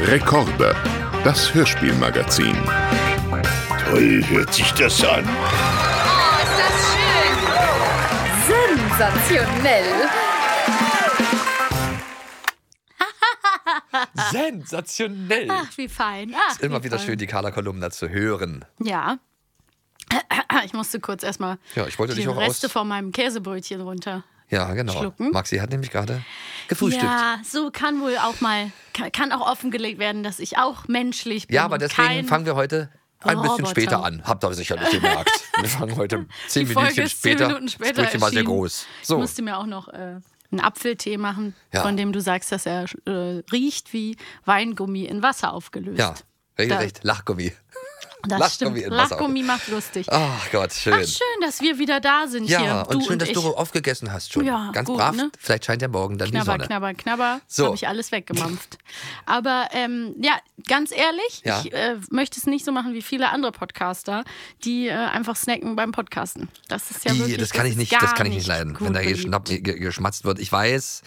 Rekorde, das Hörspielmagazin. Toll hört sich das an. Oh, ist das schön! Sensationell! Sensationell. Ach, wie fein. Ah. Ach, Ist immer wie wieder fein. schön, die Carla Kolumna zu hören. Ja. Ich musste kurz erstmal Ja, ich wollte die dich auch Reste aus- von meinem Käsebrötchen runter. Ja, genau. Schlucken. Maxi hat nämlich gerade gefrühstückt. Ja. Ja, so kann wohl auch mal, kann, kann auch offengelegt werden, dass ich auch menschlich bin. aber und deswegen kein, fangen wir heute ein bisschen Roboter. später an. Habt ihr sicherlich gemerkt. Wir fangen heute zehn die Folge Minuten ist zehn später. Minuten später das Brötchen war sehr erschienen. groß. Ich So, musste mir auch noch äh, einen Apfeltee machen, Ja. von dem du sagst, dass er äh, riecht wie Weingummi in Wasser aufgelöst. ja, regelrecht. Lachgummi. Das Lachgummi stimmt. in Wasser Lachgummi macht lustig. Ach Gott, schön. Ach, schön, dass wir wieder da sind hier. ja, du und schön, dass ich. du aufgegessen hast schon. Ja, Ganz gut, brav. ne? Vielleicht scheint ja morgen dann die Knabber, Sonne. knabber, knabber. So. Habe ich alles weggemampft. Aber ähm, ja, ganz ehrlich, Ja. ich äh, möchte es nicht so machen wie viele andere Podcaster, die äh, einfach snacken beim Podcasten. Das ist ja Ih, wirklich, das kann ich ist nicht, gar das kann ich nicht leiden, gut wenn da beliebt. geschnapp, ge- geschmatzt wird. Ich weiß,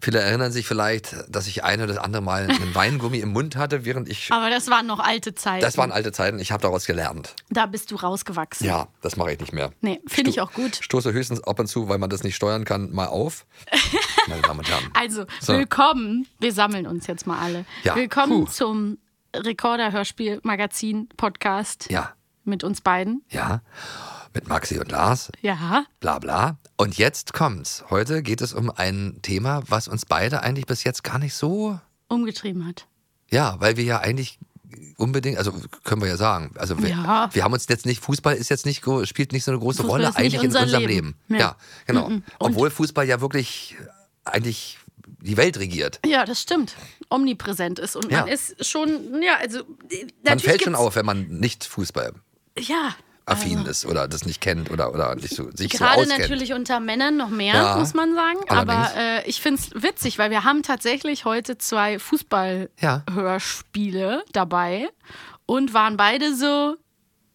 viele erinnern sich vielleicht, dass ich ein oder das andere Mal einen Weingummi im Mund hatte, während ich. Aber das waren noch alte Zeiten. Das waren alte Zeiten, ich habe daraus gelernt. da bist du rausgewachsen. Ja, das mache ich nicht mehr. Nee, finde ich Sto- auch gut. Stoße höchstens ab und zu, weil man das nicht steuern kann, mal auf. Meine Damen und Herren. Also, So. willkommen. Wir sammeln uns jetzt mal alle. Ja, Willkommen puh. zum Rekorder-Hörspiel-Magazin-Podcast Ja, mit uns beiden. ja. Mit Maxi und Lars, Ja, bla bla. Und jetzt kommt's. Heute geht es um ein Thema, was uns beide eigentlich bis jetzt gar nicht so umgetrieben hat. Ja, weil wir ja eigentlich unbedingt, also können wir ja sagen, also wir, Ja. wir haben uns jetzt nicht, Fußball ist jetzt nicht, gro- spielt nicht so eine große Fußball Rolle ist nicht eigentlich in unser unserem Leben. Leben. Nee. Ja, genau. Und- Obwohl Fußball ja wirklich eigentlich die Welt regiert. Ja, das stimmt. Omnipräsent ist und man Ja. ist schon, ja, also äh, Man natürlich fällt schon gibt's- auf, wenn man nicht Fußballaffin Ja. Ähm, ist oder das nicht kennt oder, oder nicht so, sich so Gerade auskennt. natürlich unter Männern noch mehr, Ja, muss man sagen. allerdings. Aber äh, ich finde es witzig, weil wir haben tatsächlich heute zwei Ja. Fußball-Hörspiele dabei und waren beide so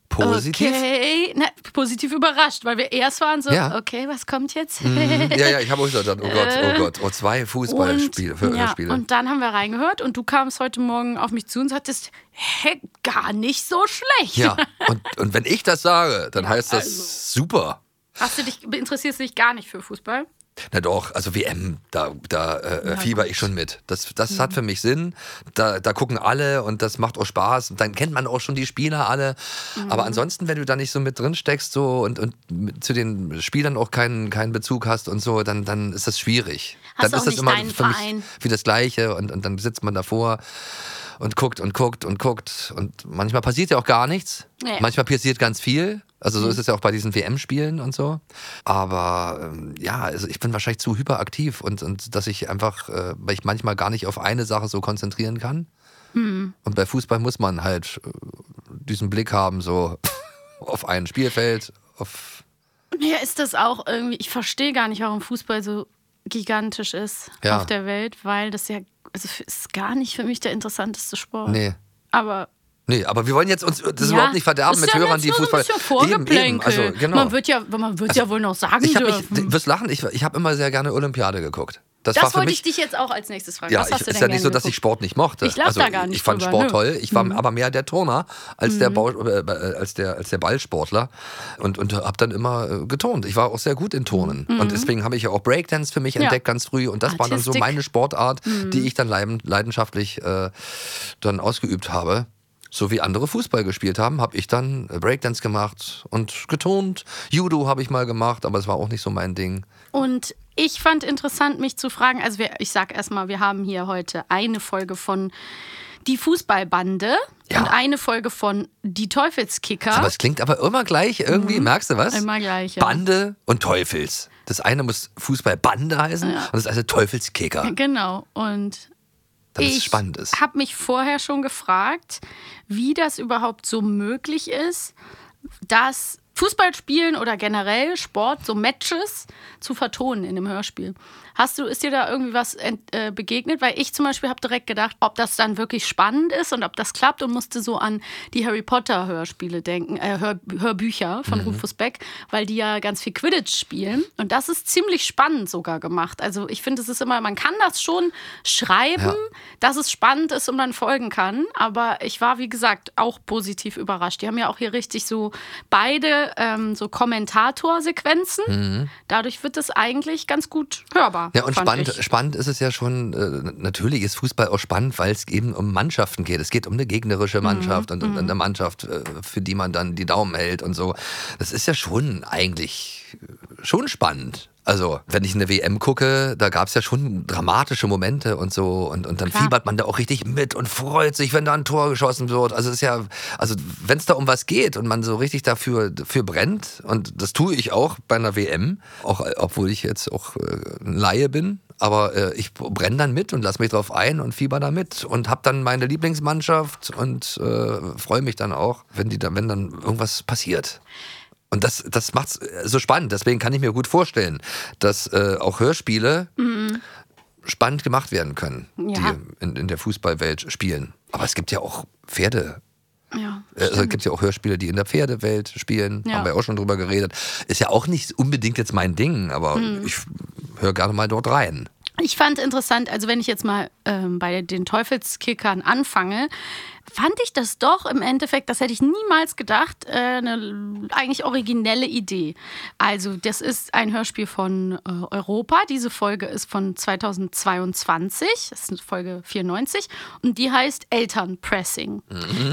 Positiv. okay, na, positiv überrascht, weil wir erst waren so, Ja. Mhm. okay, was kommt jetzt? Hm, Ja, ja, ich habe auch gesagt, oh Gott, oh Gott, oh zwei Fußballspiele, Äh, und, ja, Hörspiele. und dann haben wir reingehört und du kamst heute Morgen auf mich zu und sagtest, hä, gar nicht so schlecht. ja, und, und wenn ich das sage, dann heißt das Also. super. Hast du dich, interessierst du dich gar nicht für Fußball? Na doch, also WM, da, da äh, fieber ich schon mit. Das, das Hm. hat für mich Sinn. Da, da gucken alle und das macht auch Spaß. Und dann kennt man auch schon die Spieler alle. Mhm. Aber ansonsten, wenn du da nicht so mit drin steckst so, und, und mit- zu den Spielern auch keinen, keinen Bezug hast und so, dann, dann ist das schwierig. dann Hast auch ist das nicht immer deinen für mich Verein. wie das Gleiche und, und dann sitzt man davor und guckt und guckt und guckt. Und manchmal passiert ja auch gar nichts. Nee. Mhm. Manchmal passiert ganz viel. Also so ist es ja auch bei diesen WM-Spielen und so. Aber ähm, ja, also ich bin wahrscheinlich zu hyperaktiv und, und dass ich einfach, äh, weil ich manchmal gar nicht auf eine Sache so konzentrieren kann. Mhm. Und bei Fußball muss man halt äh, diesen Blick haben, so auf ein Spielfeld, auf Ja, ist das auch irgendwie, ich verstehe gar nicht, warum Fußball so gigantisch ist Ja. auf der Welt, weil das ja, also f- ist gar nicht für mich der interessanteste Sport. Nee. Aber Nee, aber wir wollen jetzt uns das ja, überhaupt nicht verderben ist mit ja Hörern, jetzt die nur so Fußball. Ein bisschen Vorgeplänkel. also genau. Man wird ja, man wird ja wohl noch sagen ich hab mich, dürfen. du wirst lachen, ich, ich habe immer sehr gerne Olympiade geguckt. Das, war das für wollte mich, ich dich jetzt auch als nächstes fragen. ja, Was ich, hast du ist denn ja nicht gerne so, dass geguckt? ich Sport nicht mochte. Ich lach also, da gar nicht Ich fand drüber, ne? Mhm. Sport nö. toll. Ich war aber mehr der Turner als der, Bau, äh, äh, als der, als der Ballsportler und, und habe dann immer äh, geturnt. Ich war auch sehr gut in Turnen. Und deswegen habe ich ja auch Breakdance für mich entdeckt ganz früh. Und das war dann so Mhm. Artistik. Mhm. meine Sportart, die ich dann leiden- leidenschaftlich äh, dann ausgeübt habe. So wie andere Fußball gespielt haben, habe ich dann äh, Breakdance gemacht und geturnt. Judo habe ich mal gemacht, aber es war auch nicht so mein Ding. Und ich fand interessant, mich zu fragen, also wir, ich sag erstmal, wir haben hier heute eine Folge von Die Fußballbande Ja. und eine Folge von Die Teufelskicker. Aber es klingt aber immer gleich irgendwie, Mhm. merkst du was? Immer gleich, ja. Bande und Teufels. Das eine muss Fußballbande heißen und das andere Teufelskicker. Genau. Und Damit es spannend ist. habe mich vorher schon gefragt, wie das überhaupt so möglich ist, dass Fußballspielen oder generell Sport, so Matches zu vertonen in einem Hörspiel. Hast du, ist dir da irgendwie was ent- äh, begegnet? Weil ich zum Beispiel habe direkt gedacht, ob das dann wirklich spannend ist und ob das klappt und musste so an die Harry Potter Hörspiele denken, äh, Hör, Hörbücher Mhm. von Rufus Beck, weil die ja ganz viel Quidditch spielen und das ist ziemlich spannend sogar gemacht. Also ich finde, es ist immer, man kann das schon schreiben, Ja. dass es spannend ist und man folgen kann. Aber ich war, wie gesagt, auch positiv überrascht. Die haben ja auch hier richtig so beide ähm, so Kommentatorsequenzen. Dadurch wird das eigentlich ganz gut hörbar. Mhm. Ja, und fand spannend, ich. spannend ist es ja schon, äh, natürlich ist Fußball auch spannend, weil es eben um Mannschaften geht. Es geht um eine gegnerische Mannschaft und um eine Mannschaft, äh, für die man dann die Daumen hält und so. Das ist ja schon eigentlich äh, schon spannend. Also, wenn ich eine WM gucke, da gab es ja schon dramatische Momente und so. Und, und dann Klar. fiebert man da auch richtig mit und freut sich, wenn da ein Tor geschossen wird. Also, es ist ja, also, wenn es da um was geht und man so richtig dafür für brennt, und das tue ich auch bei einer WM, auch äh, obwohl ich jetzt auch äh, ein Laie bin, aber äh, ich brenne dann mit und lass mich drauf ein und fieber da mit und habe dann meine Lieblingsmannschaft und äh, freue mich dann auch, wenn, die dann, wenn dann irgendwas passiert. Und das, das macht's äh, so spannend. Deswegen kann ich mir gut vorstellen, dass äh, auch Hörspiele spannend gemacht werden können, Mhm. Ja. die in, in der Fußballwelt spielen. Aber es gibt ja auch Pferde. Ja, äh, Also es gibt ja auch Hörspiele, die in der Pferdewelt spielen. Ja. Haben wir auch schon drüber geredet. Ist ja auch nicht unbedingt jetzt mein Ding, aber Mhm. ich höre gerne mal dort rein. Ich fand interessant, also wenn ich jetzt mal ähm, bei den Teufelskickern anfange, fand ich das doch im Endeffekt, das hätte ich niemals gedacht, äh, eine eigentlich originelle Idee. Also das ist ein Hörspiel von äh, Europa. Diese Folge ist von 2022, das ist Folge 94 und die heißt Elternpressing.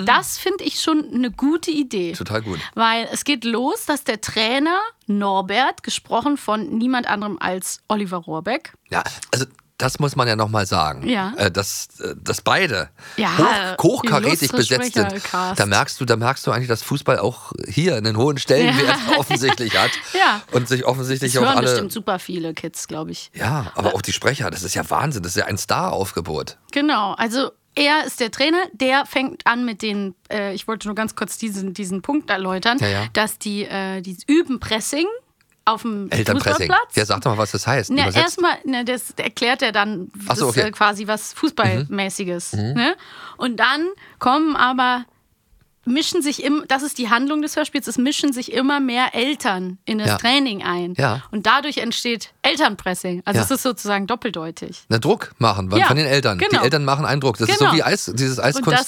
Das finde ich schon eine gute Idee. Mhm. Total gut. Weil es geht los, dass der Trainer Norbert, gesprochen von niemand anderem als Oliver Rohrbeck, Ja, also das muss man ja nochmal sagen. Ja. Äh, dass, äh, dass beide Ja, hoch, hochkarätig illustre besetzt sind. Sprechercast. Da merkst du, da merkst du eigentlich, dass Fußball auch hier einen hohen Stellenwert offensichtlich hat. Ja. Und sich offensichtlich Das auch hören alle. bestimmt super viele Kids, glaube ich. Ja, aber auch die Sprecher, das ist ja Wahnsinn, das ist ja ein Star-Aufgebot. Genau, also er ist der Trainer, der fängt an mit den, äh, ich wollte nur ganz kurz diesen, diesen Punkt erläutern, Ja, ja. dass die, äh, die üben Pressing auf dem Elternpressing. Fußballplatz. Ja, sag doch mal, was das heißt. Na, Übersetzt. erstmal, ne, das erklärt er dann Ach das so, ist, okay. Mhm. äh, quasi was Fußballmäßiges. Ne? Und dann kommen aber, mischen sich im, das ist die Handlung des Hörspiels, es mischen sich immer mehr Eltern in das Ja. Training ein. Ja. Und dadurch entsteht Elternpressing. Also Ja. es ist sozusagen doppeldeutig. Na, Druck machen weil Ja, von den Eltern. genau. Die Eltern machen einen Druck. Das ist Genau. so wie Eis, dieses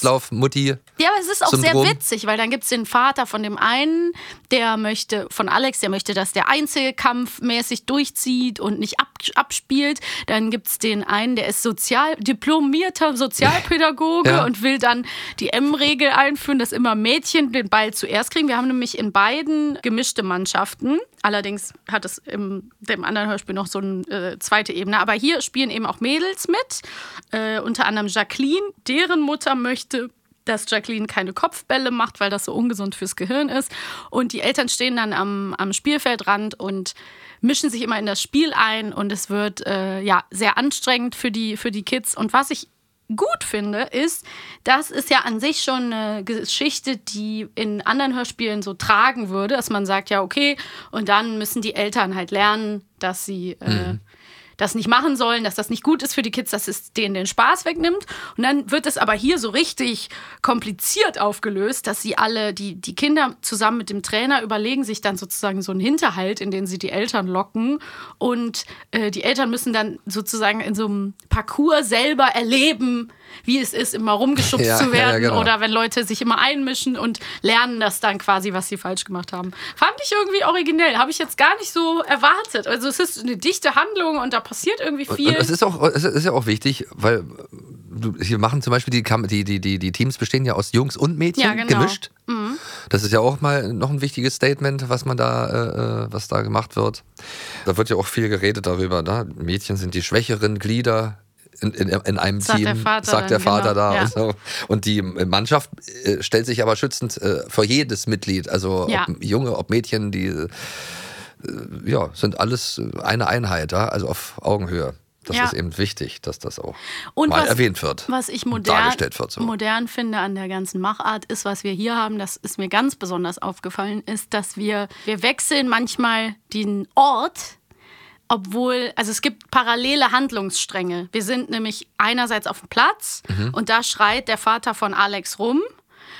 Eiskunstlauf-Mutti. Ja, aber es ist auch Syndrom. sehr witzig, weil dann gibt es den Vater von dem einen, der möchte, von Alex, der möchte, dass der Einzelkampf mäßig durchzieht und nicht ab, abspielt. Dann gibt es den einen, der ist sozial, diplomierter Sozialpädagoge Ja. und will dann die M-Regel einführen, dass immer Mädchen den Ball zuerst kriegen. Wir haben nämlich in beiden gemischte Mannschaften. Allerdings hat es im dem anderen Hörspiel noch so eine äh, zweite Ebene. Aber hier spielen eben auch Mädels mit, äh, unter anderem Jacqueline, deren Mutter möchte dass Jacqueline keine Kopfbälle macht, weil das so ungesund fürs Gehirn ist. Und die Eltern stehen dann am, am Spielfeldrand und mischen sich immer in das Spiel ein. Und es wird äh, ja sehr anstrengend für die, für die Kids. Und was ich gut finde, ist, das ist ja an sich schon eine Geschichte, die in anderen Hörspielen so tragen würde, dass man sagt, ja, okay, und dann müssen die Eltern halt lernen, dass sie äh, das nicht machen sollen, dass das nicht gut ist für die Kids, dass es denen den Spaß wegnimmt. Und dann wird es aber hier so richtig kompliziert aufgelöst, dass sie alle, die, die Kinder zusammen mit dem Trainer überlegen sich dann sozusagen so einen Hinterhalt, in den sie die Eltern locken. Und äh, die Eltern müssen dann sozusagen in so einem Parcours selber erleben, wie es ist, immer rumgeschubst Ja, zu ja, ja, werden genau. oder wenn Leute sich immer einmischen und lernen das dann quasi, was sie falsch gemacht haben. Fand ich irgendwie originell. Habe ich jetzt gar nicht so erwartet. Also es ist eine dichte Handlung und da passiert irgendwie Und, viel. und es ist auch, es ist ja auch wichtig, weil äh, du- hier machen zum Beispiel die, Kam- die, die, die, die Teams bestehen ja aus Jungs und Mädchen Ja, genau. gemischt. Das ist ja auch mal noch ein wichtiges Statement, was man da, äh, äh, was da gemacht wird. Da wird ja auch viel geredet darüber. Ne? Mädchen sind die schwächeren Glieder. In, in, in einem Sagt Team, der Vater sagt der dann, Vater genau. da. Ja. Und, so. und die Mannschaft äh, stellt sich aber schützend äh, vor jedes Mitglied. Also Ja. ob Junge, ob Mädchen, die äh, ja, sind alles äh, eine Einheit, ja? also auf Augenhöhe. Das Ja. ist eben wichtig, dass das auch Und mal was- erwähnt wird. Was ich und modern, dargestellt wird. So. modern finde an der ganzen Machart ist, was wir hier haben, das ist mir ganz besonders aufgefallen, ist, dass wir, wir wechseln manchmal den Ort obwohl, also es gibt parallele Handlungsstränge. Wir sind nämlich einerseits auf dem Platz Mhm. und da schreit der Vater von Alex rum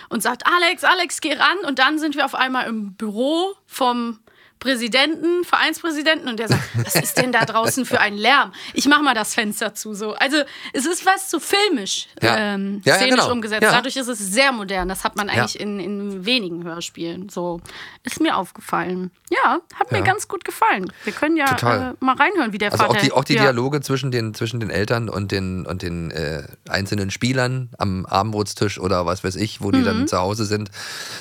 und sagt, Alex, Alex, geh ran. Und dann sind wir auf einmal im Büro vom Präsidenten, Vereinspräsidenten und der sagt, was ist denn da draußen für ein Lärm? Ich mach mal das Fenster zu. So. Also es ist was zu filmisch, Ja. ähm, Ja, ja, szenisch genau. umgesetzt. Ja. Dadurch ist es sehr modern. Das hat man Ja. eigentlich in, in wenigen Hörspielen. So ist mir aufgefallen. Ja, hat mir ganz gut gefallen. Wir können ja Total. äh, mal reinhören, wie der Also Vater... auch die, auch die ja. Dialoge zwischen den, zwischen den Eltern und den, und den äh, einzelnen Spielern am Abendbrotstisch oder was weiß ich, wo die Mhm. dann zu Hause sind.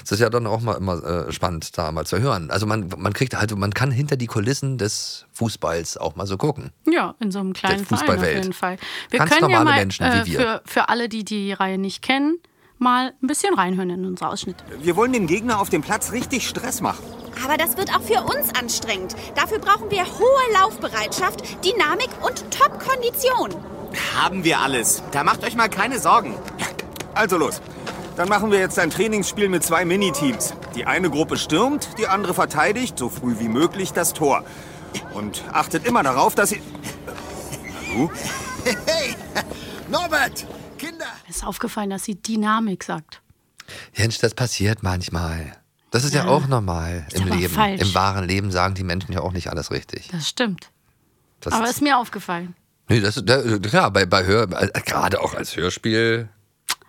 Das ist ja dann auch mal immer äh, spannend, da mal zu hören. Also man, man kriegt halt, man kann hinter die Kulissen des Fußballs auch mal so gucken. Ja, in so einem kleinen Der Verein auf Fußballwelt. jeden Fall. Wir Ganz können ja normale mal Menschen wie äh, wir. Für, für alle, die die Reihe nicht kennen, mal ein bisschen reinhören in unsere Ausschnitte. Wir wollen dem Gegner auf dem Platz richtig Stress machen. Aber das wird auch für uns anstrengend. Dafür brauchen wir hohe Laufbereitschaft, Dynamik und Top-Kondition. Haben wir alles. Da macht euch mal keine Sorgen. Also los. Dann machen wir jetzt ein Trainingsspiel mit zwei Miniteams. Die eine Gruppe stürmt, die andere verteidigt so früh wie möglich das Tor. Und achtet immer darauf, dass ihr... Norbert! Kinder! Mir ist aufgefallen, dass sie Dynamik sagt. Mensch, das passiert manchmal. Das ist ja, auch normal im aber Leben. falsch. Im wahren Leben sagen die Menschen ja auch nicht alles richtig. Das stimmt. Das Aber ist- ist mir aufgefallen. Nee, das, da, klar, bei, bei Hör, äh, gerade auch als Hörspiel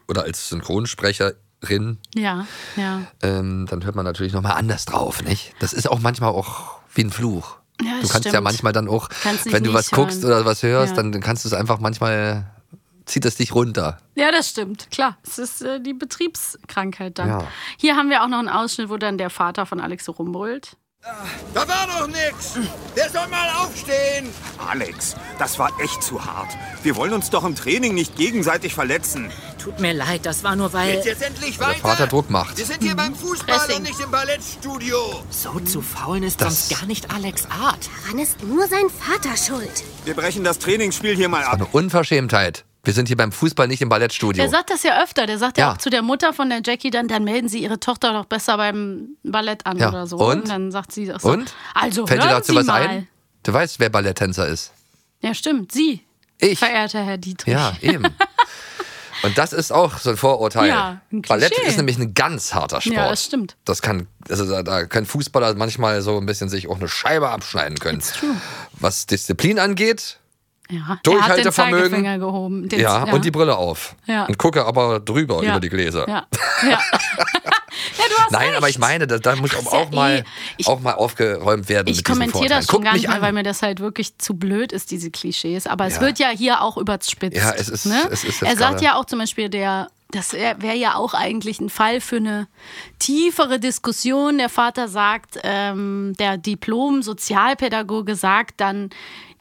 oder als Synchronsprecherin, Ja, ja. ähm, dann hört man natürlich nochmal anders drauf, nicht? Das ist auch manchmal auch wie ein Fluch. Ja, du das kannst ja stimmt. manchmal dann auch, Kannst nicht wenn du mies was guckst hören. oder was hörst, Ja. dann kannst du es einfach manchmal, zieht es dich runter. Ja, das stimmt, klar. Es ist äh, die Betriebskrankheit dann. Ja. Hier haben wir auch noch einen Ausschnitt, wo dann der Vater von Alex so rumbrüllt. Da war noch nix! Der soll mal aufstehen! Alex, das war echt zu hart. Wir wollen uns doch im Training nicht gegenseitig verletzen. Tut mir leid, das war nur weil. Geht's jetzt endlich Der weiter? Vater Druck macht. Wir sind hier beim Fußball Pressing. und nicht im Ballettstudio. So zu faulen ist Das- sonst gar nicht Alex Art. Daran ist nur sein Vater schuld. Wir brechen das Trainingsspiel hier mal ab. Eine Unverschämtheit. Wir sind hier beim Fußball, nicht im Ballettstudio. Der sagt das ja öfter. Der sagt ja, Ja. auch zu der Mutter von der Jackie dann, dann melden Sie Ihre Tochter doch besser beim Ballett an Ja. oder so. Und? dann sagt sie auch so. Und? Also, Fällt dir hören dazu Sie was mal. ein? Du weißt, wer Balletttänzer ist. Ja, stimmt. Sie, Ich. verehrter Herr Dietrich. Ja, eben. Und das ist auch so ein Vorurteil. Ja, ein Klischee. Ballett ist nämlich ein ganz harter Sport. Ja, das stimmt. Das kann, also da, da können Fußballer manchmal so ein bisschen sich auch eine Scheibe abschneiden können. Was Disziplin angeht, Ja, er hat den Durchhaltevermögen. Zeigefinger gehoben. Den, ja, und die Brille auf. Ja. Und gucke aber drüber Ja. über die Gläser. Ja, ja. ja du hast Nein, recht. aber ich meine, da, da muss Ach, auch, ist ja eh- mal, ich- auch mal aufgeräumt werden. Ich mit diesen kommentiere Vorurteilen. das schon Guckt gar mich nicht mehr, an. weil mir das halt wirklich zu blöd ist, diese Klischees. Aber es Ja. wird ja hier auch überspitzt. Ja, es ist- Ne? es ist jetzt er sagt gerade- ja auch zum Beispiel, der, das wäre ja auch eigentlich ein Fall für eine tiefere Diskussion. Der Vater sagt, ähm, der Diplom-Sozialpädagoge sagt dann,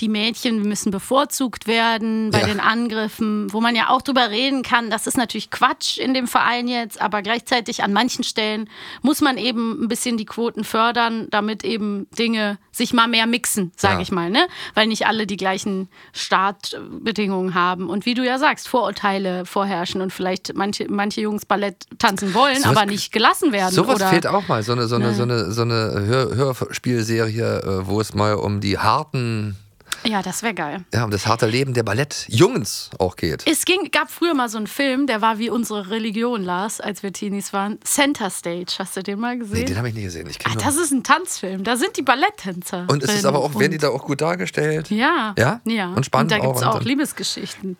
die Mädchen müssen bevorzugt werden bei Ja. den Angriffen, wo man ja auch drüber reden kann. Das ist natürlich Quatsch in dem Verein jetzt, aber gleichzeitig an manchen Stellen muss man eben ein bisschen die Quoten fördern, damit eben Dinge sich mal mehr mixen, sage Ja. ich mal, ne? Weil nicht alle die gleichen Startbedingungen haben und wie du ja sagst, Vorurteile vorherrschen und vielleicht manche, manche Jungs Ballett tanzen wollen, Sowas- aber nicht gelassen werden. Sowas oder fehlt auch mal, so eine, so eine, so eine, so eine Hör Hörspielserie, äh, wo es mal um die harten, Ja, das wäre geil. ja, um das harte Leben der Ballettjungens auch geht. Es ging, gab früher mal so einen Film, der war wie unsere Religion, Lars, als wir Teenies waren. Center Stage, hast du den mal Nee, gesehen? den habe ich nicht gesehen. Ich kenn Ah, nur- das ist ein Tanzfilm. Da sind die Balletttänzer. und es ist aber auch, werden die da. da auch gut dargestellt? Ja. Ja? ja. Und spannend Und da gibt es auch. auch, Und- Liebesgeschichten.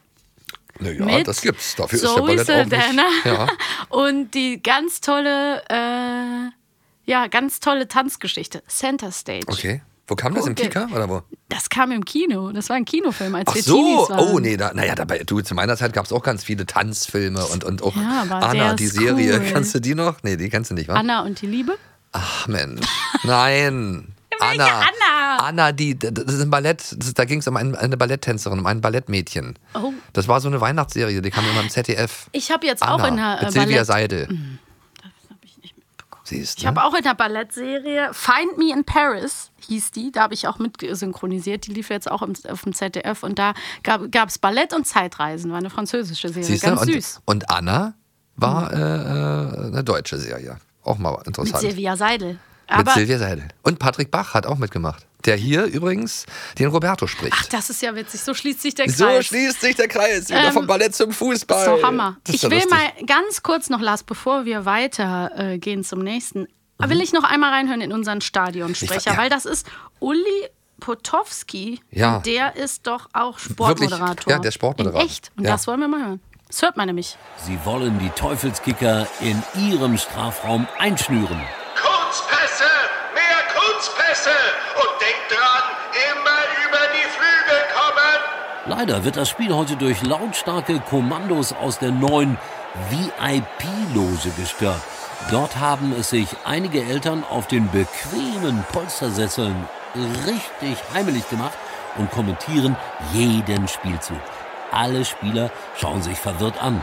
Naja, mit das gibt's. Dafür Zoe ist der Ballett Saldana. auch nicht. Ja. Und die ganz tolle, äh, ja, ganz tolle Tanzgeschichte. Center Stage. Okay. Wo kam das? Im Okay. Kika oder wo? Das kam im Kino. Das war ein Kinofilm, als Ach wir so, Teenies waren. oh nee, da, naja, dabei, du, zu meiner Zeit gab es auch ganz viele Tanzfilme und, und auch Ja, aber der Anna, die ist Serie. cool. Kannst du die noch? Nee, die kannst du nicht, wa? Anna und die Liebe? Ach Mensch, nein. Welche Anna. Anna? Anna, die, das ist ein Ballett, das, da ging es um ein, eine Balletttänzerin, um ein Ballettmädchen. Oh. Das war so eine Weihnachtsserie, die kam immer im ZDF. Ich habe jetzt Anna, auch in einer äh, mit Silvia Ballett Seidel. ne? Siehst du? Ich habe auch in der Ballettserie Find Me in Paris hieß die, da habe ich auch mit synchronisiert. Die lief jetzt auch im, auf dem ZDF und da gab es Ballett und Zeitreisen, war eine französische Serie, Siehst du? ganz ne? Und, süß. Mhm. und Anna war äh, äh, eine deutsche Serie. Auch mal Mit interessant. Silvia Seidel. Mit Aber Silvia Seidel. Und Patrick Bach hat auch mitgemacht. der hier übrigens den Roberto spricht. Ach, das ist ja witzig. So schließt sich der Kreis. so schließt sich der Kreis wieder Ähm, vom Ballett zum Fußball. So Hammer. Das ist ich ja will lustig. mal ganz kurz noch, Lars, bevor wir weitergehen äh, gehen zum nächsten, will ich noch einmal reinhören in unseren Mhm. Ich Stadionsprecher, war- ja. weil das ist Uli Potowski. Ja. Und Der ist doch auch Sportmoderator. Wirklich, ja, der Sportmoderator. In echt. Und Ja. das wollen wir mal hören. Das hört man nämlich. Sie wollen die Teufelskicker in ihrem Strafraum einschnüren. Kurzpässe, mehr Kurzpässe und denkt dran, immer über die Flügel kommen. Leider wird das Spiel heute durch lautstarke Kommandos aus der neuen VIP-Lose gestört. Dort haben es sich einige Eltern auf den bequemen Polstersesseln richtig heimelig gemacht und kommentieren jeden Spielzug. Alle Spieler schauen sich verwirrt an.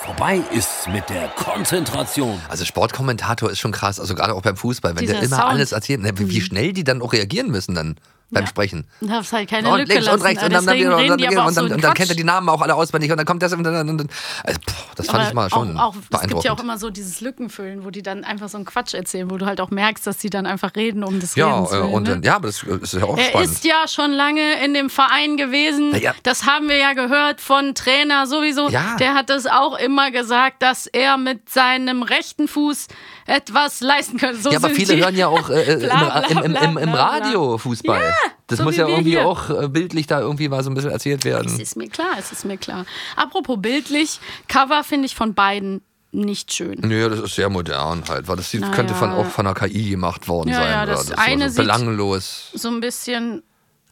Vorbei ist's mit der Konzentration. Also Sportkommentator ist schon krass, also gerade auch beim Fußball, wenn der Dieser immer Sound. Mhm. alles erzählt, ne, wie wie schnell die dann auch reagieren müssen dann beim Sprechen. Du darfst halt keine Und Lücke links lassen. und rechts und dann, dann, Deswegen wieder, und reden dann, die wieder, aber auch und dann, so und dann kennt er die Namen auch alle auswendig und dann kommt das und dann, und dann, und dann also, pff, das fand ich mal schon auch, auch, es beeindruckend. gibt ja auch immer so dieses Lückenfüllen, wo die dann einfach so einen Quatsch erzählen, wo du halt auch merkst, dass die dann einfach reden, um das ja, Redens äh, willen, und ne? dann- ja, aber das ist ja auch Er spannend. ist ja schon lange in dem Verein gewesen. Na ja. Das haben wir ja gehört von Trainer sowieso. Ja. Der hat es auch immer gesagt, dass er mit seinem rechten Fuß etwas leisten könnte. So ja, aber sind viele die. hören ja auch äh, im, Bla, bla, im, im, bla, im, im bla, bla. Radio Fußball. das so muss wie ja wir irgendwie hier. auch äh, bildlich da irgendwie mal so ein bisschen erzählt Es werden. ist mir klar, es ist mir klar. Apropos bildlich, Cover finde ich von beiden nicht schön. Nö, das ist sehr modern halt, weil das sieht- Na könnte von, ja. auch von der KI gemacht worden Ja, sein. ja, oder das war eine so also sieht- belanglos, So ein bisschen,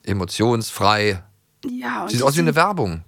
emotionsfrei. ja. und Sieht aus wie eine Werbung.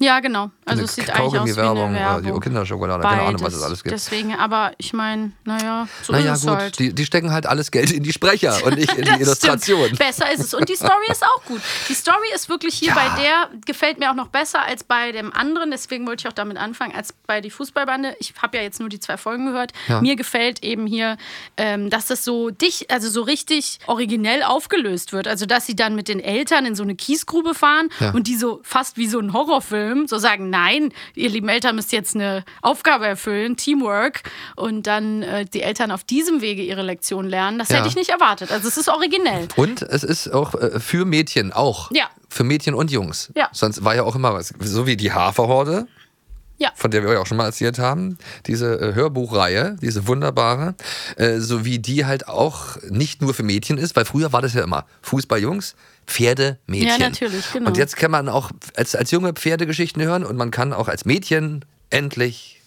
Ja, genau. Also es Eine sieht eigentlich aus wie eine Kaugummi-Werbung, Werbung. äh, die Kinderschokolade, keine Ahnung, was es alles gibt. Deswegen, aber ich meine, naja, so naja, ist es gut, halt. die, die stecken halt alles Geld in die Sprecher und nicht in Das die Illustration. Stimmt. Besser ist es. Und die Story ist auch gut. Die Story ist wirklich hier Ja. bei der, gefällt mir auch noch besser als bei dem anderen. Deswegen wollte ich auch damit anfangen, als bei die Fußballbande. Ich habe ja jetzt nur die zwei Folgen gehört. Ja. Mir gefällt eben hier, ähm, dass das so dich, also so richtig originell aufgelöst wird. Also, dass sie dann mit den Eltern in so eine Kiesgrube fahren Ja. und die so fast wie so ein Horrorfilm so sagen: Nein, ihr lieben Eltern müsst jetzt eine Aufgabe erfüllen, Teamwork. Und dann äh, die Eltern auf diesem Wege ihre Lektion lernen. Das Ja. hätte ich nicht nicht erwartet. Also es ist originell. Und es ist auch äh, für Mädchen auch. Ja. Für Mädchen und Jungs. Ja. Sonst war ja auch immer was. So wie die Haferhorde, Ja. von der wir euch auch schon mal erzählt haben, diese äh, Hörbuchreihe, diese wunderbare, äh, so wie die halt auch nicht nur für Mädchen ist, weil früher war das ja immer Fußballjungs, Pferde, Mädchen. Ja, natürlich, genau. Und jetzt kann man auch als, als Junge Pferdegeschichten hören und man kann auch als Mädchen endlich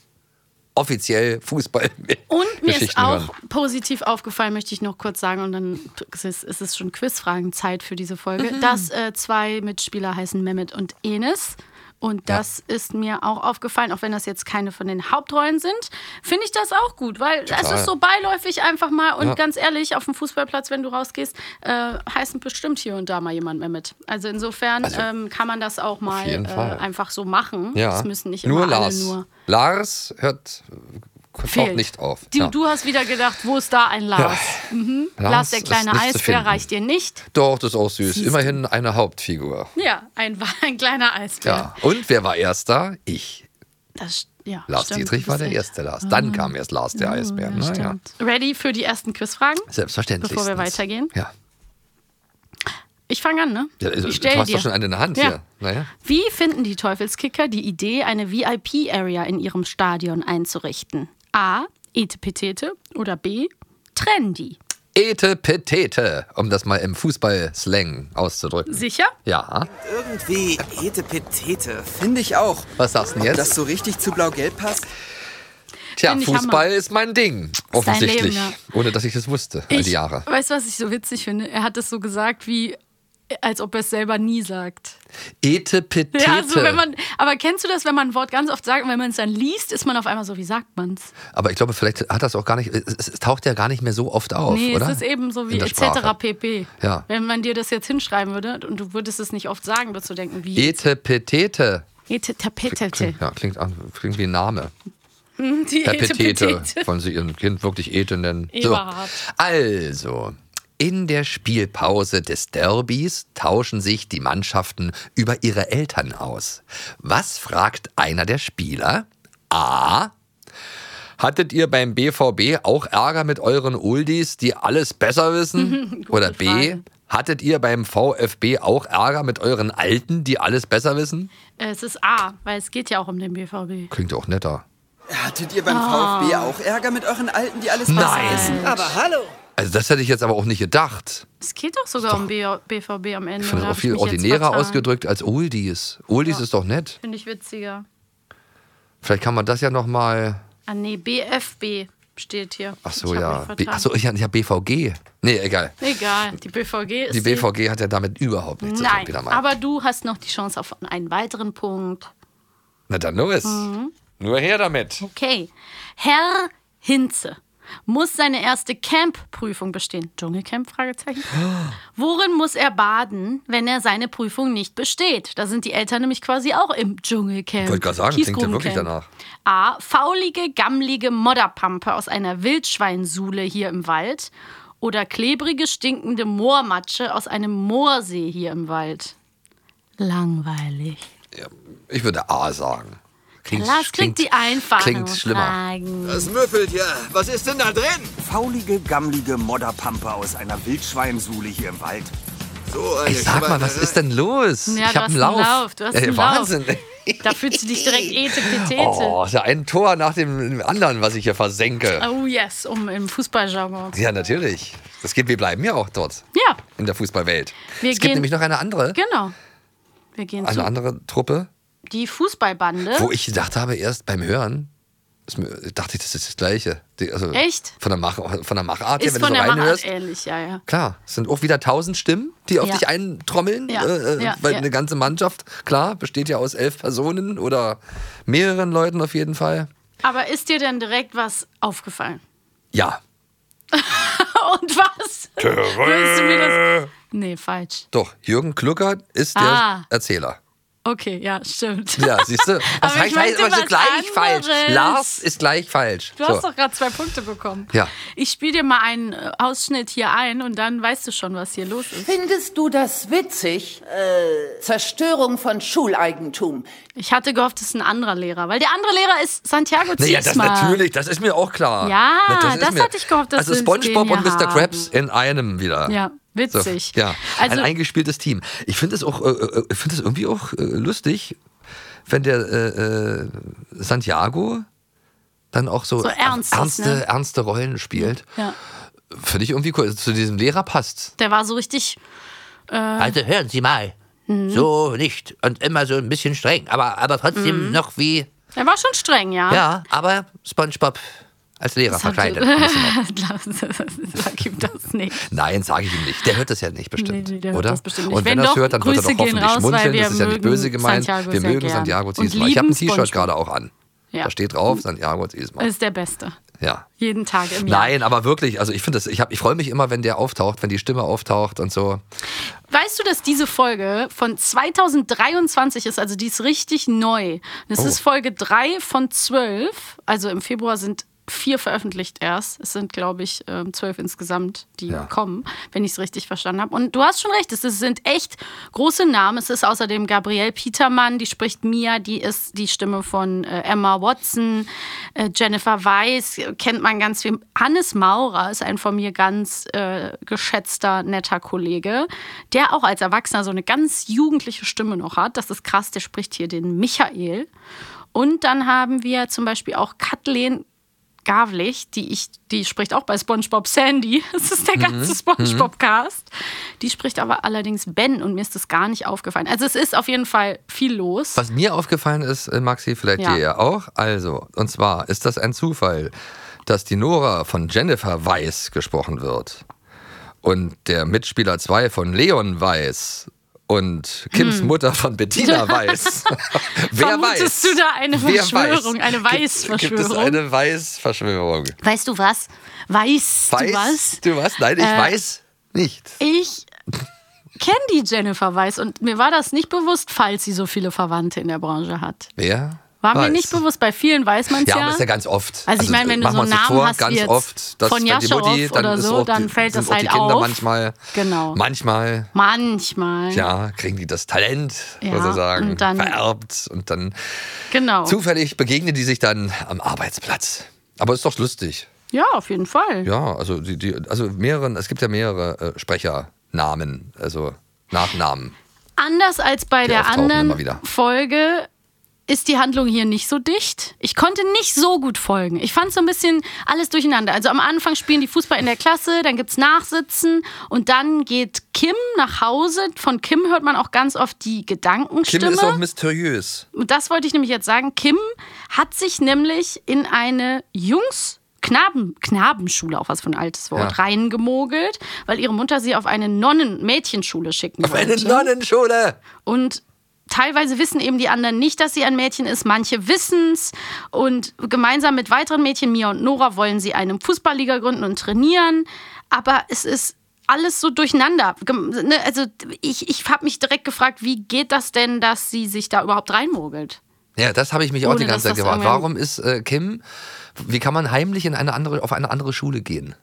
offiziell Fußball Und mir ist Geschichten auch hören. positiv aufgefallen, möchte ich noch kurz sagen, und dann ist es- ist es schon Quizfragenzeit für diese Folge, Mhm. dass äh, zwei Mitspieler heißen Mehmet und Enes. Und das ist mir auch aufgefallen, auch wenn das jetzt keine von den Hauptrollen sind, finde ich das auch gut, weil es ist so beiläufig einfach mal. Und ganz ehrlich, auf dem Fußballplatz, wenn du rausgehst, äh, heißt bestimmt hier und da mal jemand Mehmet. Also insofern ähm, kann man das auch mal jeden äh, Fall. einfach so machen. Ja. Das müssen nicht nur immer Lars. alle nur. Lars hört äh, taucht fehlt. nicht auf. Du, Ja. du hast wieder gedacht, wo ist da ein Lars? Mhm. Lars, der ist kleine nicht zu Eisbär finden. reicht dir nicht. Doch, das ist auch süß. Immerhin eine Hauptfigur. Ja, ein, ein kleiner Eisbär. Ja. Und wer war erster? Ich. Das, st- ja Lars stimmt, Dietrich du war bist der echt- erste Lars. Dann kam erst Lars der Eisbär. Ja, Naja. stimmt. Ready für die ersten Quizfragen? Selbstverständlich. Bevor wir weitergehen? Ja. Ich fange an, ne? ja also, ich du stell hast dir. doch schon eine in der Hand Ja. hier. Naja. Wie finden die Teufelskicker die Idee, eine VIP-Area in ihrem Stadion einzurichten? A. Etepetete oder B. Trendy. Ete petete, um das mal im Fußball-Slang auszudrücken. Sicher? ja. Irgendwie Hetepetete, finde ich auch. Was sagst du denn jetzt? Das so richtig zu blau-gelb passt? Tja, Find ich Fußball Hammer. ist mein Ding. Offensichtlich. ja. Ohne dass ich das wusste, all die Jahre. Weißt du, was ich so witzig finde? Er hat es so gesagt, wie als ob er es selber nie sagt. Ete petete. Ja, also wenn man, aber kennst du das, wenn man ein Wort ganz oft sagt und wenn man es dann liest, ist man auf einmal so, wie sagt man's? Aber ich glaube, vielleicht hat das auch gar nicht. Es, es- es taucht ja gar nicht mehr so oft auf, nee, oder? es ist eben so In wie der etc. Sprache. pp. Ja. Wenn man dir das jetzt hinschreiben würde und du würdest es nicht oft sagen, würdest du denken, wie Ete petete. Ete Tapetete. Klingt, ja, klingt, an, klingt wie ein Name. Die Ete Tapetete. Petete. Wollen Sie Ihrem Kind wirklich Ete nennen? Eberhard. Also, in der Spielpause des Derbys tauschen sich die Mannschaften über ihre Eltern aus. Was fragt einer der Spieler? A. Hattet ihr beim BVB auch Ärger mit euren Uldis, die alles besser wissen? Oder B. Frage. Hattet ihr beim VfB auch Ärger mit euren Alten, die alles besser wissen? Es ist A, weil es geht ja auch um den BVB. Klingt auch netter. Hattet ihr beim Ah. VfB auch Ärger mit euren Alten, die alles Nein. wissen? Aber hallo! Also das hätte ich jetzt aber auch nicht gedacht. Es geht doch sogar um B- BVB am Ende. Ich finde oder das hab auch viel mich jetzt ordinärer vertan? ausgedrückt als Oldies. Oldies ist doch nett. Finde ich witziger. Vielleicht kann man das ja nochmal... Ah, nee, BFB steht hier. Ach so, Ich hab ja. mich B- vertan. Ach so, ich ich hab BVG. Nee, egal. Egal, die BVG ist. Die BVG hat ja damit überhaupt nichts zu tun. Nein, wieder mal. aber du hast noch die Chance auf einen weiteren Punkt. Na dann los. Mhm. Nur her damit. Okay. Herr Hinze muss seine erste Camp-Prüfung bestehen. Dschungelcamp? Fragezeichen. Worin muss er baden, wenn er seine Prüfung nicht besteht? Da sind die Eltern nämlich quasi auch im Dschungelcamp. Ich wollte gerade sagen, klingt ja wirklich Kiesgrubencamp. danach. A. Faulige, gammlige Modderpampe aus einer Wildschweinsuhle hier im Wald. Oder klebrige, stinkende Moormatsche aus einem Moorsee hier im Wald. Langweilig. Ich würde A sagen. Lars kriegt die einfachen klingt schlimmer. Fragen. Das müffelt ja. Was ist denn da drin? Faulige, gammlige Modderpampe aus einer Wildschweinsule hier im Wald. So Ich sag mal, was ist denn los? Ja, ich du hab hast einen Lauf. Du hast Ey, einen Wahnsinn. Lauf. Da fühlst du dich direkt etepetete. Oh, Oh. ist ja ein Tor nach dem anderen, was ich hier versenke. yes, um im Fußballjargon. zu- Ja, natürlich. Das geht, wir bleiben ja auch dort Ja, in der Fußballwelt. wir es gehen. gibt nämlich noch eine andere, Genau. Wir gehen eine zu andere Truppe, die Fußballbande. wo ich gedacht habe, erst beim Hören, ist mir, dachte ich, das ist das Gleiche. Die, also Echt? Von der, Mach, von der Machart her, ist wenn von du so der Machart reinhörst. ähnlich, ja, ja. Klar, es sind auch wieder tausend Stimmen, die auf Ja. dich eintrommeln, Ja, äh, äh, ja, weil ja. eine ganze Mannschaft, klar, besteht ja aus elf Personen oder mehreren Leuten auf jeden Fall. Aber ist dir denn direkt was aufgefallen? Ja. Und was? Willst du mir das? Nee, falsch. Doch, Jürgen Kluckert ist der Ah. Erzähler. Okay, ja, stimmt. Ja, siehst du? Aber Das ich heißt, heißt meinte immer so was gleich anderes. falsch. Lars ist gleich falsch. Du so. hast doch gerade zwei Punkte bekommen. Ja. Ich spiele dir mal einen äh, Ausschnitt hier ein und dann weißt du schon, was hier los ist. Findest du das witzig? Äh, Zerstörung von Schuleigentum. Ich hatte gehofft, es ist ein anderer Lehrer, weil der andere Lehrer ist Santiago Naja, Ziesma. das natürlich, das ist mir auch klar. Ja, Na, ist das hatte ich gehofft, dass Also wir Spongebob den und hier Mr. haben. Krabs in einem wieder. Ja, witzig. So, ja, Also- ein eingespieltes Team. Ich finde es auch, äh, äh, ich finde es irgendwie auch äh, lustig, wenn der äh, äh, Santiago dann auch so, So ernst ist, ernste, ne? ernste Rollen spielt. Ja. Finde ich irgendwie cool. Also Zu diesem Lehrer passt. Der war so richtig. Äh, Also hören Sie mal. Mhm. So nicht und immer so ein bisschen streng, aber, aber trotzdem Mhm. noch wie. der war schon streng, ja. Ja, aber SpongeBob als Lehrer Das hat- verkleidet. Ein bisschen noch. Sag ihm das nicht. Nein, sage ich ihm nicht. Der hört das ja nicht bestimmt, Nee, nee, der hört oder? das bestimmt nicht. Und wenn, Wenn er das doch, hört, dann Grüße wird er doch gehen hoffentlich raus, weil schmunzeln. wir Das ist ja nicht mögen böse gemeint. Santiago wir sehr mögen gern. Santiago Und Ziesma. Ich habe ein lieben T-Shirt SpongeBob. gerade auch an. Ja. Äh, Da steht drauf, Santiago Ziesma. Ist der Beste. Ja. Jeden Tag im Jahr. Nein, aber wirklich, also ich finde das, ich, hab- ich freue mich immer, wenn der auftaucht, wenn die Stimme auftaucht und so. Weißt du, dass diese Folge von 2023 ist? Also die ist richtig neu. Das Oh. ist Folge 3 von 12. Also im Februar sind vier veröffentlicht erst. Es sind, glaube ich, ähm, zwölf insgesamt, die kommen, wenn ich es richtig verstanden habe. Und du hast schon recht, es ist- sind echt große Namen. Es ist außerdem Gabrielle Petermann, die spricht Mia, die ist die Stimme von äh, Emma Watson, äh, Jennifer Weiss, äh, kennt man ganz viel. Hannes Maurer ist ein von mir ganz äh, geschätzter, netter Kollege, der auch als Erwachsener so eine ganz jugendliche Stimme noch hat. Das ist krass, der spricht hier den Michael. Und dann haben wir zum Beispiel auch Kathleen Gavlich, die ich, die spricht auch bei SpongeBob Sandy. Das ist der Mhm. ganze SpongeBob-Cast. Mhm. Die spricht aber allerdings Ben und mir ist das gar nicht aufgefallen. Also es ist auf jeden Fall viel los. Was mir aufgefallen ist, äh, Maxi, vielleicht Ja. dir ja auch. Also, und zwar ist das ein Zufall, dass die Nora von Jennifer Weiss gesprochen wird und der Mitspieler 2 von Leon Weiss und Kims Hm. Mutter von Bettina Weiss. Wer Vermutest weiß? du da eine Wer Verschwörung, weiß? eine Gibt es Weißverschwörung? eine Weiß-Verschwörung? Weißt du was? Weißt du was? Du was? Nein, ich Äh, weiß nicht. Ich kenne die Jennifer Weiss und mir war das nicht bewusst, falls sie so viele Verwandte in der Branche hat. Wer? War weiß. mir nicht bewusst, bei vielen weiß man es Ja, ja. aber ist ja ganz oft. Also, ich meine, wenn du machen so wir uns einen nichts Namen vor, hast ganz wie jetzt oft, dass von wenn die Jascharow Mutti, dann oder ist so, auch die, dann fällt sind das auch halt die Kinder auf. manchmal. Genau. Manchmal. Manchmal. Ja, kriegen die das Talent, Ja, sozusagen, und dann- vererbt und dann Genau. zufällig begegnen die sich dann am Arbeitsplatz. Aber ist doch lustig. Ja, auf jeden Fall. Ja, also die, die also mehreren, es gibt ja mehrere äh, Sprecher Namen, also Nachnamen. Anders als bei Die der auftauchen immer anderen wieder. Folge ist die Handlung hier nicht so dicht. Ich konnte nicht so gut folgen. Ich fand so ein bisschen alles durcheinander. Also am Anfang spielen die Fußball in der Klasse, dann gibt's Nachsitzen und dann geht Kim nach Hause. Von Kim hört man auch ganz oft die Kim Gedankenstimme. ist auch mysteriös. Und das wollte ich nämlich jetzt sagen. Kim hat sich nämlich in eine Jungs- Knaben, Knabenschule, auch was für ein altes Wort, Ja. reingemogelt, weil ihre Mutter sie auf eine Nonnen-Mädchenschule schicken Auf eine wollte. Nonnenschule! Und teilweise wissen eben die anderen nicht, dass sie ein Mädchen ist. Manche wissen's. Und gemeinsam mit weiteren Mädchen, Mia und Nora, wollen sie eine Fußballliga gründen und trainieren. Aber es ist alles so durcheinander. Gem- ne, Also ich, ich habe mich direkt gefragt, wie geht das denn, dass sie sich da überhaupt reinmogelt? Ja, das habe ich mich auch Ohne, die ganze dass Zeit das gefragt. irgendwann- Warum ist äh, Kim, wie kann man heimlich in eine andere, auf eine andere Schule gehen?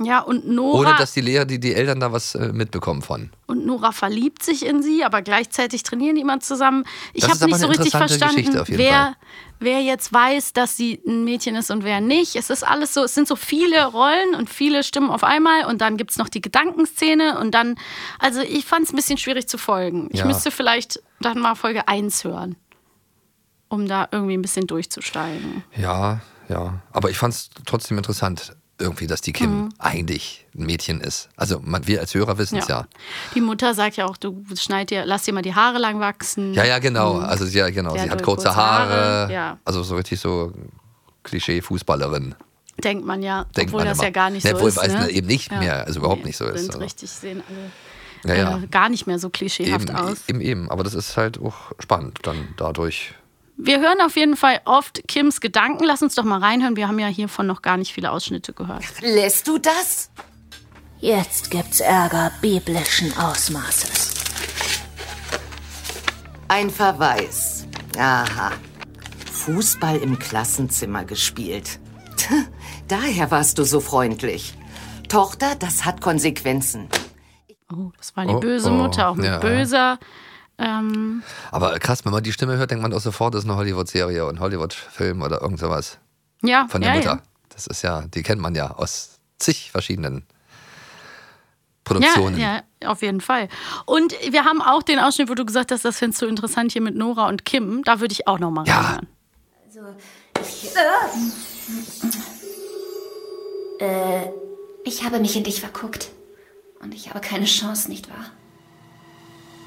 Ja, und Nora, Ohne dass die Lehrer, die, die Eltern da was äh, mitbekommen von. und Nora verliebt sich in sie, aber gleichzeitig trainieren die immer zusammen. Ich Das ist habe aber nicht so eine richtig interessante verstanden, Geschichte auf jeden wer, Fall. wer jetzt weiß, dass sie ein Mädchen ist und wer nicht. Es ist alles so, es sind so viele Rollen und viele Stimmen auf einmal und dann gibt es noch die Gedankenszene und dann, also ich fand es ein bisschen schwierig zu folgen. Ich Ja. müsste vielleicht dann mal Folge 1 hören, um da irgendwie ein bisschen durchzusteigen. Ja, ja. Aber ich fand es trotzdem interessant, irgendwie, dass die Kim Mhm. eigentlich ein Mädchen ist. Also man, wir als Hörer wissen es ja. Die Mutter sagt ja auch, du schneid dir, lass dir mal die Haare lang wachsen. ja. Ja, genau. Mhm. Also ja, genau. Sie Sie hat hat wohl kurze kurze Haare, Haare. ja. Also so richtig so Klischee-Fußballerin. Denkt man ja, Denkt obwohl man das immer. ja gar nicht Ne, so obwohl ist. weiß ne? man eben nicht mehr, also überhaupt nicht so ist, Sind also. richtig, sehen alle Ja, ja. äh, gar nicht mehr so klischeehaft Eben, äh, aus. eben, eben. Aber das ist halt auch spannend dann dadurch. Wir hören auf jeden Fall oft Kims Gedanken. Lass uns doch mal reinhören. Wir haben ja hiervon noch gar nicht viele Ausschnitte gehört. Lässt du das? Jetzt gibt's Ärger biblischen Ausmaßes. Ein Verweis. Aha. Fußball im Klassenzimmer gespielt. Tch, Daher warst du so freundlich. Tochter, das hat Konsequenzen. Oh, das war die Oh, böse oh, Mutter, auch mit ja. böser. Ähm, Aber äh, krass, wenn man die Stimme hört, denkt man auch sofort, das ist eine Hollywood-Serie und Hollywood-Film oder irgend sowas. ja, Von der ja, Mutter. Ja. Das ist ja, die kennt man ja aus zig verschiedenen Ja, Produktionen. ja, auf jeden Fall. Und wir haben auch den Ausschnitt, wo du gesagt hast, das findest du interessant hier mit Nora und Kim. Da würde ich auch noch mal reinhören. Äh, ich habe mich in dich verguckt. Und ich habe keine Chance, nicht wahr?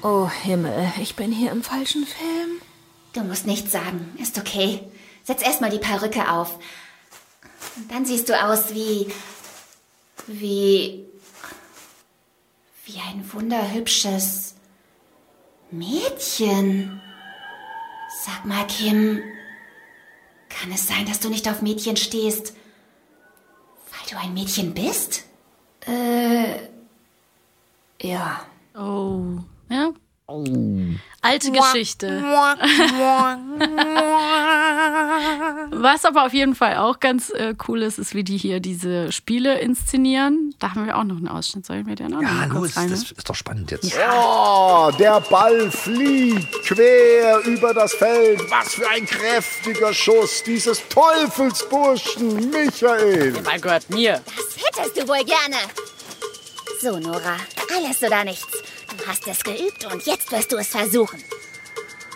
Oh Himmel, ich bin hier im falschen Film. Du musst nichts sagen. Ist okay. Setz erstmal die Perücke auf. Und dann siehst du aus wie. wie. wie ein wunderhübsches. Mädchen. Sag mal, Kim. Kann es sein, dass du nicht auf Mädchen stehst? Weil du ein Mädchen bist? Äh. Ja. Oh. Ja? Oh. Alte Geschichte. Was aber auf jeden Fall auch ganz äh, cool ist, ist, wie die hier diese Spiele inszenieren. Da haben wir auch noch einen Ausschnitt. Sollen wir den auch noch mal Ah, kurz los, rein? das ist doch spannend jetzt. Ja, der Ball fliegt quer über das Feld. Was für ein kräftiger Schuss dieses Teufelsburschen, Michael. Der Ball gehört mir. Das hättest du wohl gerne. So, Nora, alles oder nichts. Du hast es geübt und jetzt wirst du es versuchen.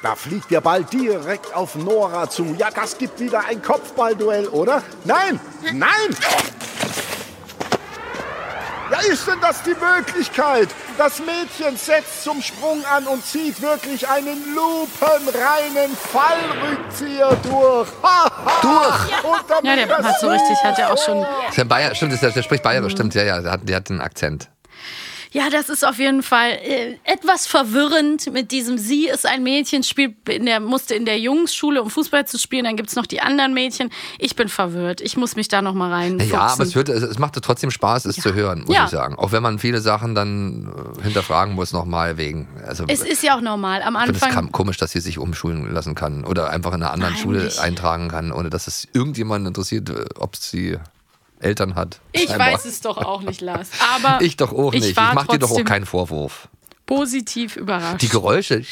Da fliegt der Ball direkt auf Nora zu. Ja, das gibt wieder ein Kopfballduell, oder? Nein, nein! Ja, ist denn das die Möglichkeit? Das Mädchen setzt zum Sprung an und zieht wirklich einen lupenreinen Fallrückzieher durch. durch! Und damit Ja, der das hat so Tor. richtig, hat ja auch schon. Ist ja Bayer, stimmt, ist ja- der spricht Mhm. Bayerisch, stimmt, ja, ja, der hat, der hat den Akzent. Ja, das ist auf jeden Fall äh, etwas verwirrend mit diesem Sie ist ein Mädchen, spielt in der, musste in der Jungsschule, um Fußball zu spielen. Dann gibt es noch die anderen Mädchen. Ich bin verwirrt. Ich muss mich da noch mal rein. Ja, aber es, hört, es- es machte trotzdem Spaß, es zu hören, muss Ja. ich sagen. Auch wenn man viele Sachen dann äh, hinterfragen muss nochmal wegen. Also, es ist ja auch normal. Am ich finde es Anfang kam- komisch, dass sie sich umschulen lassen kann oder einfach in einer anderen Nein, Schule nicht. eintragen kann, ohne dass es irgendjemanden interessiert, äh, ob sie Eltern hat. Ich Scheinbar. weiß es doch auch nicht, Lars. Aber Ich doch auch nicht. Ich, war mach dir doch auch trotzdem keinen Vorwurf. Positiv überrascht. Die Geräusche.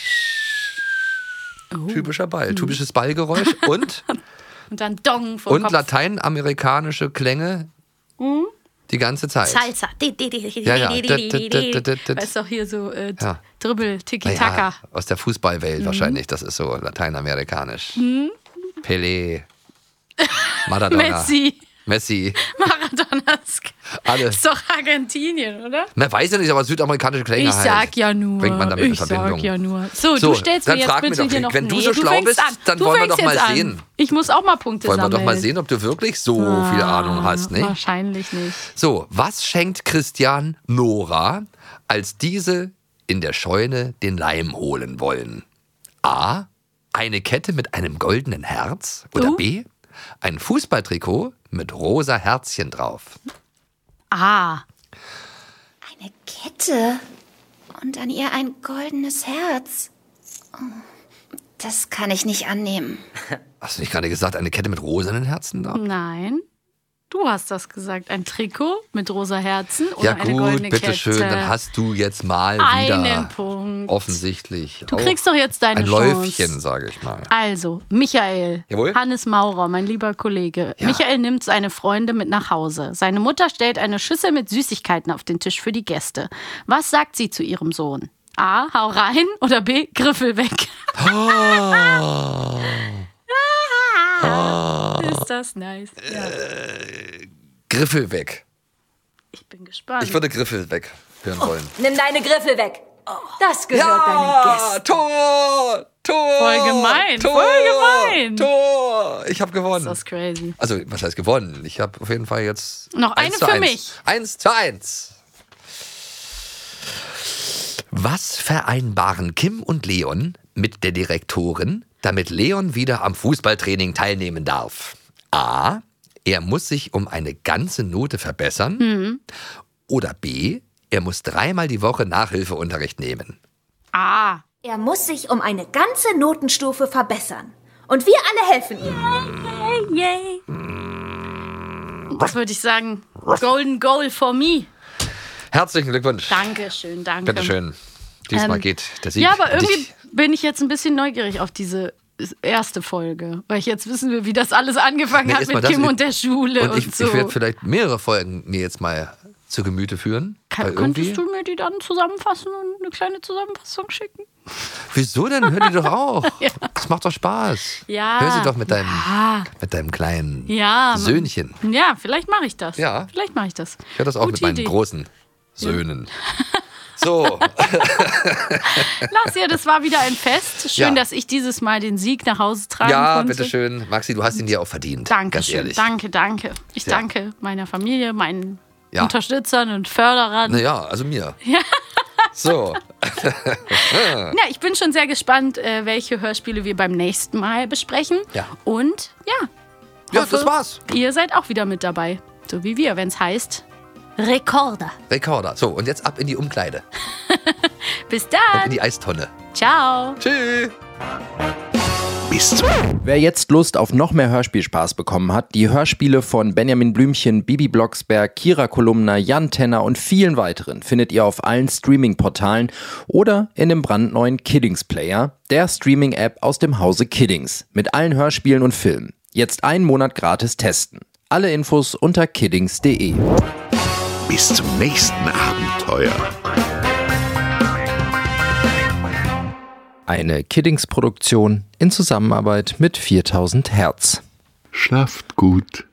Oh. Typischer Ball, typisches Ballgeräusch und, und dann Dong vom und Kopf. lateinamerikanische Klänge Mhm. Die ganze Zeit. Salsa. Di, di, di, di, Ja, ja. di, di, Dit, di, dit, di, dit, dit, dit. Weißt du, hier so äh, Ja. Dribbel, Tiki Naja, Taka. aus der Fußballwelt Mhm. wahrscheinlich. Das ist so lateinamerikanisch. Hm? Pelé, Maradona, Messi, Messi Maradona. alle. Ist doch Argentinien, oder? Na, weiß ja nicht, aber südamerikanische Klänge Ich sag halt. ja nur. Bringt man damit in ich Verbindung. sag ja nur. So, So, du stellst dann mir jetzt frag mir bitte doch, hier noch. wenn du nee, so schlau fängst bist, an. dann du wollen wir fängst doch mal jetzt an. sehen. Ich muss auch mal Punkte Wollen wir sammeln. Ah, doch mal sehen, ob du wirklich so viel Ahnung hast, nicht? Wahrscheinlich nicht. So, was schenkt Christian Nora, als diese in der Scheune den Leim holen wollen? A. Eine Kette mit einem goldenen Herz oder B. Ein Fußballtrikot mit rosa Herzchen drauf. Ah. Eine Kette und an ihr ein goldenes Herz. Oh, Das kann ich nicht annehmen. Hast du nicht gerade gesagt, eine Kette mit rosanen Herzen drauf? Nein. Du hast das gesagt. Ein Trikot mit rosa Herzen oder ja eine gut, goldene bitte Kette. schön, dann hast du jetzt mal einen wieder Punkt. offensichtlich Du auch kriegst doch jetzt deine ein Chance. Läufchen, sage ich mal. Also, Michael. Jawohl. Hannes Maurer, mein lieber Kollege. Michael nimmt seine Freunde mit nach Hause. Seine Mutter stellt eine Schüssel mit Süßigkeiten auf den Tisch für die Gäste. Was sagt sie zu ihrem Sohn? A. Hau rein oder B. Griffel weg. Oh. Ist das nice. Ja, Griffel weg. ich bin gespannt. Ich würde Griffel weg hören wollen. Nimm deine Griffel weg. Das gehört deinen Ja, Gästen. Tor! Tor! Voll gemein, Tor, voll gemein. Tor! Ich habe gewonnen. Das ist crazy. Also, was heißt gewonnen? Ich habe auf jeden Fall jetzt. Noch eine eins zu für eins. mich. Eins zu eins. Was vereinbaren Kim und Leon mit der Direktorin, damit Leon wieder am Fußballtraining teilnehmen darf? A. Er muss sich um eine ganze Note verbessern. Mhm. Oder B. Er muss dreimal die Woche Nachhilfeunterricht nehmen. Ah. Er muss sich um eine ganze Notenstufe verbessern. Und wir alle helfen ihm. Yay, Das würde ich sagen. Golden Goal for me. Herzlichen Glückwunsch. Dankeschön, danke. Bitteschön. Diesmal Ähm, geht der Sieg. Ja, aber an dich. irgendwie bin ich jetzt ein bisschen neugierig auf diese erste Folge, weil ich jetzt wissen will, wie das alles angefangen Nee, hat erst mal mit das. Kim und der Schule und, Und ich, so. ich werde vielleicht mehrere Folgen mir jetzt mal zu Gemüte führen. Kann, weil irgendwie, könntest du mir die dann zusammenfassen und eine kleine Zusammenfassung schicken? wieso denn? Hör die doch auch. Ja. Das macht doch Spaß. Ja. Hör sie doch mit deinem, Ja. mit deinem kleinen Ja. man- Söhnchen. Ja, vielleicht mache ich das. Ja. Vielleicht mache ich das. Ich höre das auch Gute mit meinen Idee. großen Söhnen. So, Lass ja, das war wieder ein Fest. Ja. Schön, dass ich dieses Mal den Sieg nach Hause tragen ja, konnte. bitteschön. Maxi, du hast ihn dir auch verdient. Danke, ganz ehrlich. danke, danke. Ich Ja. danke meiner Familie, meinen Ja. Unterstützern und Förderern. Naja, also mir. So. Na, ich bin schon sehr gespannt, äh, welche Hörspiele wir beim nächsten Mal besprechen. Ja. Und ja. Ja, Also- das war's. Ihr seid auch wieder mit dabei. So wie wir, wenn es heißt Rekorder. Rekorder. So, und jetzt ab in die Umkleide. Bis Und in dann. die Eistonne. Ciao. Tschüss. Wer jetzt Lust auf noch mehr Hörspielspaß bekommen hat, die Hörspiele von Benjamin Blümchen, Bibi Blocksberg, Kira Kolumna, Jan Tenner und vielen weiteren findet ihr auf allen Streaming-Portalen oder in dem brandneuen Kiddings Player, der Streaming-App aus dem Hause Kiddings, mit allen Hörspielen und Filmen. Jetzt einen Monat gratis testen. Alle Infos unter kiddings.de. Bis zum nächsten Abenteuer. Eine Kiddings-Produktion in Zusammenarbeit mit 4000 Hertz. Schlaft gut.